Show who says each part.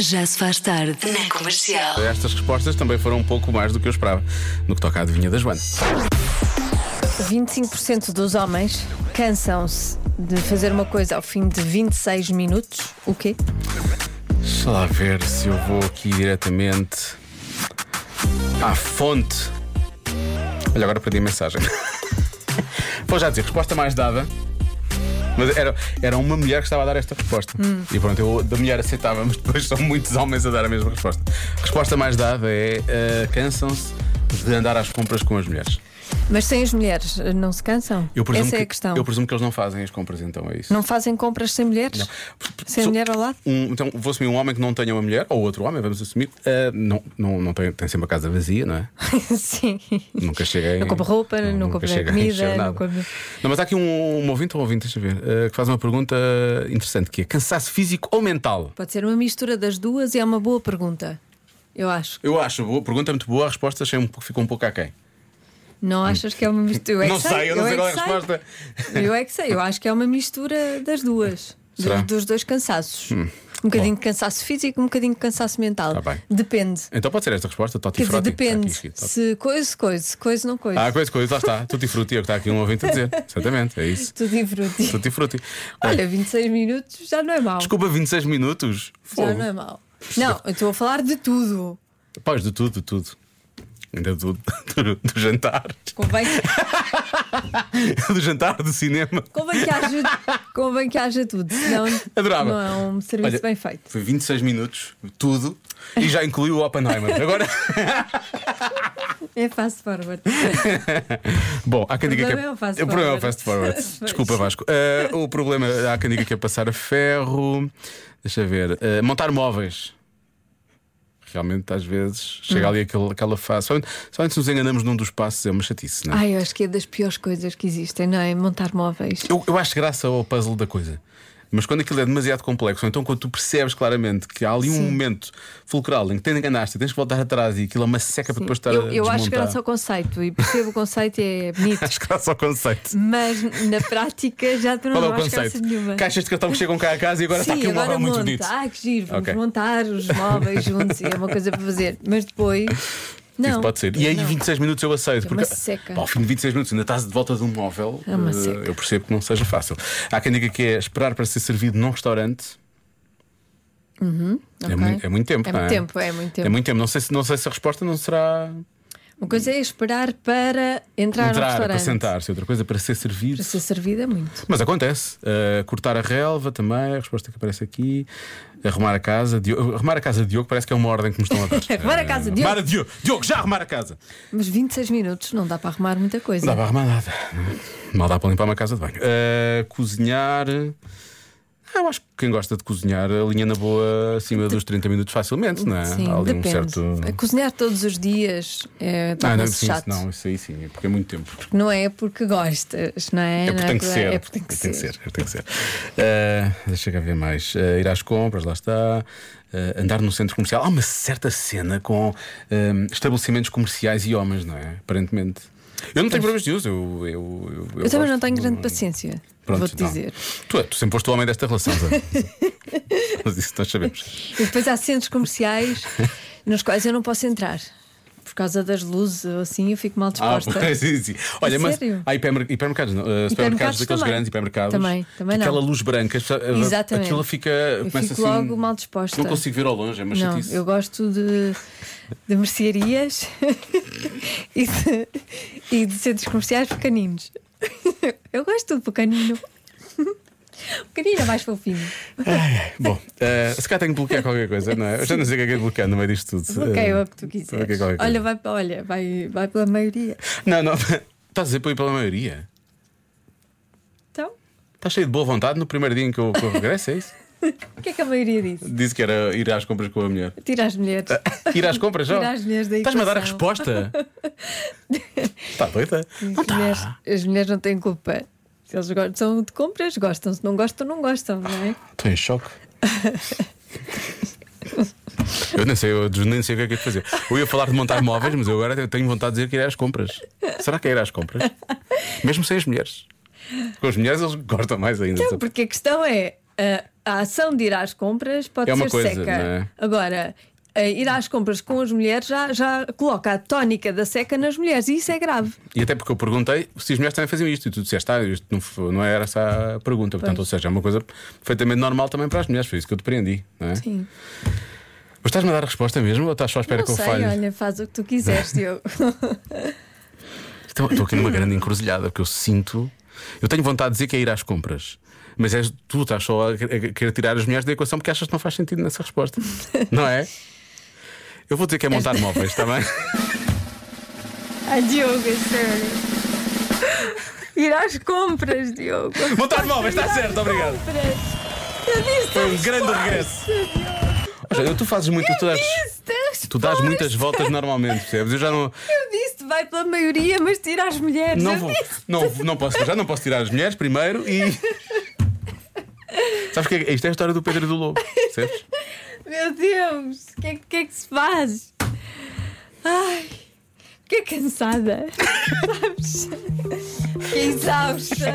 Speaker 1: Já se faz tarde na comercial.
Speaker 2: Estas respostas também foram um pouco mais do que eu esperava no que toca à adivinha da Joana.
Speaker 3: 25% dos homens cansam-se de fazer uma coisa ao fim de 26 minutos. O quê?
Speaker 2: Deixa lá ver se eu vou aqui diretamente à fonte. Olha, agora perdi a mensagem. Vou já dizer, resposta mais dada. Mas era, era uma mulher que estava a dar esta resposta.
Speaker 3: Hum.
Speaker 2: E pronto, eu da mulher aceitava, mas depois são muitos homens a dar a mesma resposta. Resposta mais dada é: eh, cansam-se de andar às compras com as mulheres.
Speaker 3: Mas sem as mulheres, eh, não se cansam?
Speaker 2: Eu presumo
Speaker 3: Essa é
Speaker 2: que-
Speaker 3: a questão.
Speaker 2: Eu presumo que eles não fazem as compras, então é isso.
Speaker 3: Não fazem compras sem mulheres? Sem
Speaker 2: Sou-
Speaker 3: mulher ao lado?
Speaker 2: Um- então, vou assumir um homem que não tenha uma mulher, ou outro homem, vamos assumir. ah, não, não, não tem, tem sempre a casa vazia, não é?
Speaker 3: Sim.
Speaker 2: Nunca cheguei.
Speaker 3: Não compro roupa, não compro comida, não
Speaker 2: Não,
Speaker 3: compro-
Speaker 2: não, mas há aqui um, um ouvinte, um ouvinte, deixa eu ver, ah, que faz uma pergunta interessante: que é cansaço físico ou mental?
Speaker 3: Pode ser uma mistura das duas e é uma boa pergunta. Eu acho.
Speaker 2: Eu acho, boa, a pergunta é muito boa, a resposta achei um pouco, ficou um pouco aquém.
Speaker 3: Não achas que é uma mistura? Eu é
Speaker 2: não
Speaker 3: que
Speaker 2: sei, eu não sei
Speaker 3: é
Speaker 2: qual é a
Speaker 3: que sei.
Speaker 2: resposta.
Speaker 3: Eu é que sei, eu acho que é uma mistura das duas. Dos,
Speaker 2: Será? Hum.
Speaker 3: dos dois cansaços. Um bocadinho de cansaço físico, um bocadinho de cansaço mental.
Speaker 2: Tá bem.
Speaker 3: Depende.
Speaker 2: Então pode ser esta resposta, Toti
Speaker 3: Quer dizer,
Speaker 2: Frotti, está tá aqui
Speaker 3: depende.
Speaker 2: escrito.
Speaker 3: Se coisa, coisa, se coisa, não coisa.
Speaker 2: Ah, coisa, coisa, lá está. Tutti frutti, é o que está aqui um ouvinte a dizer. Exatamente, é isso.
Speaker 3: Tudo em frutinho.
Speaker 2: Tutti frutti.
Speaker 3: Olha, 26 minutos já não é mau.
Speaker 2: Desculpa, 26 minutos?
Speaker 3: já
Speaker 2: Fogo.
Speaker 3: não é mau. Não, eu estou a falar de tudo.
Speaker 2: Pois, de tudo, de tudo. Ainda do, do, do jantar.
Speaker 3: Convém,
Speaker 2: Do jantar, do cinema.
Speaker 3: convém, que, haja, convém que haja tudo, senão
Speaker 2: Adorava.
Speaker 3: não é um serviço
Speaker 2: Olha,
Speaker 3: bem feito.
Speaker 2: Foi 26 minutos, tudo. E já incluiu o Oppenheimer. Agora.
Speaker 3: É fast forward.
Speaker 2: Bom, há quem diga que é.
Speaker 3: problema é o fast
Speaker 2: o problema é o
Speaker 3: forward.
Speaker 2: fast forward. Desculpa, Vasco. Ah, o problema, há quem diga que é passar a ferro. Deixa ver. Ah, montar móveis. Realmente, às vezes, chega
Speaker 3: Hum.
Speaker 2: ali aquele, aquela fase. Só, só antes nos enganamos num dos passos, é uma chatice, não é?
Speaker 3: Ai, eu acho que é das piores coisas que existem, não é? Montar móveis.
Speaker 2: Eu, eu acho graça ao puzzle da coisa. Mas quando aquilo é demasiado complexo, ou então quando tu percebes claramente que há ali um momento fulcral em que te enganaste e tens que voltar atrás e aquilo é uma seca para depois estar
Speaker 3: eu
Speaker 2: a
Speaker 3: eu acho
Speaker 2: desmontar.
Speaker 3: graça ao conceito e percebo o conceito e é bonito.
Speaker 2: Acho graça ao conceito.
Speaker 3: Mas na prática já tu não
Speaker 2: Qual é o
Speaker 3: acho graça
Speaker 2: conceito?
Speaker 3: nenhuma.
Speaker 2: Caixas de cartão que chegam cá a casa e agora está
Speaker 3: Sim,
Speaker 2: aqui um
Speaker 3: agora
Speaker 2: móvel muito
Speaker 3: monta.
Speaker 2: bonito.
Speaker 3: Ah, que giro, vamos
Speaker 2: Ok.
Speaker 3: montar os móveis juntos e é uma coisa para fazer. Mas depois. Não.
Speaker 2: Isso pode ser. E aí,
Speaker 3: Não.
Speaker 2: 26 minutos eu aceito.
Speaker 3: É
Speaker 2: porque
Speaker 3: uma seca.
Speaker 2: pá, ao fim de 26 minutos ainda estás de volta de um móvel.
Speaker 3: É uma
Speaker 2: eh,
Speaker 3: seca.
Speaker 2: Eu percebo que não seja fácil. Há quem diga que é esperar para ser servido num restaurante.
Speaker 3: Ok.
Speaker 2: É, muito, é muito tempo.
Speaker 3: É
Speaker 2: não
Speaker 3: muito tempo, é muito tempo.
Speaker 2: É muito tempo. Não sei, se- não sei se a resposta não será
Speaker 3: Uma coisa é esperar para entrar, no
Speaker 2: entrar, é para
Speaker 3: restaurante.
Speaker 2: sentar-se, outra coisa é para ser servido.
Speaker 3: Para ser servida é muito.
Speaker 2: Mas acontece. Uh, cortar a relva também, a resposta que aparece aqui. Arrumar a casa. Diogo- arrumar a casa de Diogo parece que é uma ordem que me estão a dar.
Speaker 3: Arrumar a casa,
Speaker 2: Uh,
Speaker 3: Diogo.
Speaker 2: Arrumar a Diogo. Diogo, já arrumar a casa.
Speaker 3: Mas 26 minutos não dá para arrumar muita coisa.
Speaker 2: Não dá para arrumar nada. Mal dá para limpar uma casa de banho. Uh, cozinhar. Ah, eu acho que quem gosta de cozinhar alinha na boa acima dos 30 minutos facilmente, não é?
Speaker 3: Sim,
Speaker 2: Há ali
Speaker 3: depende.
Speaker 2: um certo.
Speaker 3: Cozinhar todos os dias é
Speaker 2: Ah, não,
Speaker 3: torna-se
Speaker 2: sim,
Speaker 3: chato.
Speaker 2: não, isso aí sim, porque é muito tempo.
Speaker 3: Não é porque gostas, não é?
Speaker 2: É
Speaker 3: Não
Speaker 2: porque tem que
Speaker 3: por-
Speaker 2: ser.
Speaker 3: É porque tem que ser.
Speaker 2: é porque tem que ser. Ah, deixa eu ver mais. Ah, ir às compras, lá está. Ah, andar no centro comercial. Há uma certa cena com ahm, estabelecimentos comerciais e homens, não é? Aparentemente. Eu não tenho problemas de uso. Eu, eu, eu,
Speaker 3: Eu, também não
Speaker 2: gosto, um-
Speaker 3: tenho grande paciência,
Speaker 2: Pronto,
Speaker 3: vou-te
Speaker 2: não.
Speaker 3: dizer.
Speaker 2: Tu, é- tu sempre foste o homem desta relação, Zé. Mas isso nós sabemos.
Speaker 3: E depois há centros comerciais nos quais eu não posso entrar. Por causa das luzes, ou assim, eu fico mal disposta.
Speaker 2: Ah, pois, sim, sim. Olha,
Speaker 3: A
Speaker 2: mas
Speaker 3: sério?
Speaker 2: há hipermer- hipermercados, não, ah,
Speaker 3: Hipermercados
Speaker 2: supermercados, daqueles
Speaker 3: também.
Speaker 2: grandes hipermercados.
Speaker 3: Também, também
Speaker 2: que
Speaker 3: não.
Speaker 2: Aquela luz branca, sabe,
Speaker 3: Exatamente.
Speaker 2: aquilo fica.
Speaker 3: eu
Speaker 2: começa
Speaker 3: fico
Speaker 2: assim,
Speaker 3: logo mal disposta.
Speaker 2: Não consigo ver ao longe, é uma
Speaker 3: Não,
Speaker 2: chatice.
Speaker 3: eu gosto de, de mercearias e, de, e de centros comerciais pequeninos. Eu gosto de tudo pequenino. Pequenino é mais fofinho.
Speaker 2: Bom, eh, se calhar tenho que bloquear qualquer coisa, não é? Eu já não sei o que é que é bloquear no meio disto tudo.
Speaker 3: Ok, é
Speaker 2: Eh,
Speaker 3: o que tu quiseres.
Speaker 2: bloqueio qualquer coisa.
Speaker 3: Olha, vai, para- olha vai, vai pela maioria.
Speaker 2: Não, não. Estás a dizer para eu ir pela maioria?
Speaker 3: Então,
Speaker 2: Estás cheio de boa vontade no primeiro dia em que eu, que eu regresso, é isso?
Speaker 3: o que é que a maioria disse?
Speaker 2: Disse que era ir às compras com a mulher.
Speaker 3: Tira as mulheres.
Speaker 2: Ir às compras, já?
Speaker 3: Ir às mulheres da
Speaker 2: Estás-me a dar a
Speaker 3: equação.
Speaker 2: resposta? Está doida? Não
Speaker 3: As mulheres,
Speaker 2: está.
Speaker 3: as mulheres não têm culpa. Se eles gostam de compras, gostam. Se não gostam, não gostam,
Speaker 2: Ah,
Speaker 3: não é?
Speaker 2: Estou em choque. Eu nem sei, eu nem sei o que é que é de fazer. Eu ia falar de montar móveis, mas eu agora tenho vontade de dizer que ir às compras. Será que é ir às compras? Mesmo sem as mulheres. Com as mulheres eles gostam mais ainda.
Speaker 3: Então, Não, porque a questão é: ah, a ação de ir às compras pode
Speaker 2: É uma
Speaker 3: ser
Speaker 2: coisa,
Speaker 3: seca.
Speaker 2: não é?
Speaker 3: Agora, ah, ir às compras com as mulheres já, já coloca a tónica da seca nas mulheres e isso é grave.
Speaker 2: E até porque eu perguntei se as mulheres também faziam isto, e tu disseste, ah, isto não, foi- não era essa a pergunta. Portanto,
Speaker 3: Pois.
Speaker 2: ou seja, é uma coisa perfeitamente normal também para as mulheres, foi isso que eu te prendi, não é?
Speaker 3: Sim.
Speaker 2: Mas estás-me a dar a resposta mesmo ou estás só à espera
Speaker 3: não
Speaker 2: que eu
Speaker 3: sei,
Speaker 2: falhe?
Speaker 3: olha, faz o que tu quiseres, Diogo.
Speaker 2: Então, Estou aqui numa grande encruzilhada, porque eu sinto. Eu tenho vontade de dizer que é ir às compras. Mas és, tu estás só a, a- a querer tirar as mulheres da equação porque achas que não faz sentido nessa resposta. não é? Eu vou dizer que é montar móveis, está bem?
Speaker 3: Ai, Diogo, é sério. Ir às compras, Diogo.
Speaker 2: Montar móveis,
Speaker 3: Ir
Speaker 2: está
Speaker 3: às
Speaker 2: certo, obrigado.
Speaker 3: compras. Eu disse
Speaker 2: Foi um grande regresso. Ou seja, tu fazes muito, tu dás,
Speaker 3: disse,
Speaker 2: tu dás muitas voltas normalmente, percebes? Eu já não,
Speaker 3: Eu disse, vai pela maioria, mas tira as mulheres.
Speaker 2: não
Speaker 3: eu
Speaker 2: vou,
Speaker 3: disse.
Speaker 2: não, não posso, já não posso tirar as mulheres primeiro e. Sabes que é- isto é a história do Pedro e do Lobo, percebes?
Speaker 3: Meu Deus, o que, é, que- o que é que se faz? Ai, fiquei cansada. Sabes? Fiquei exausta.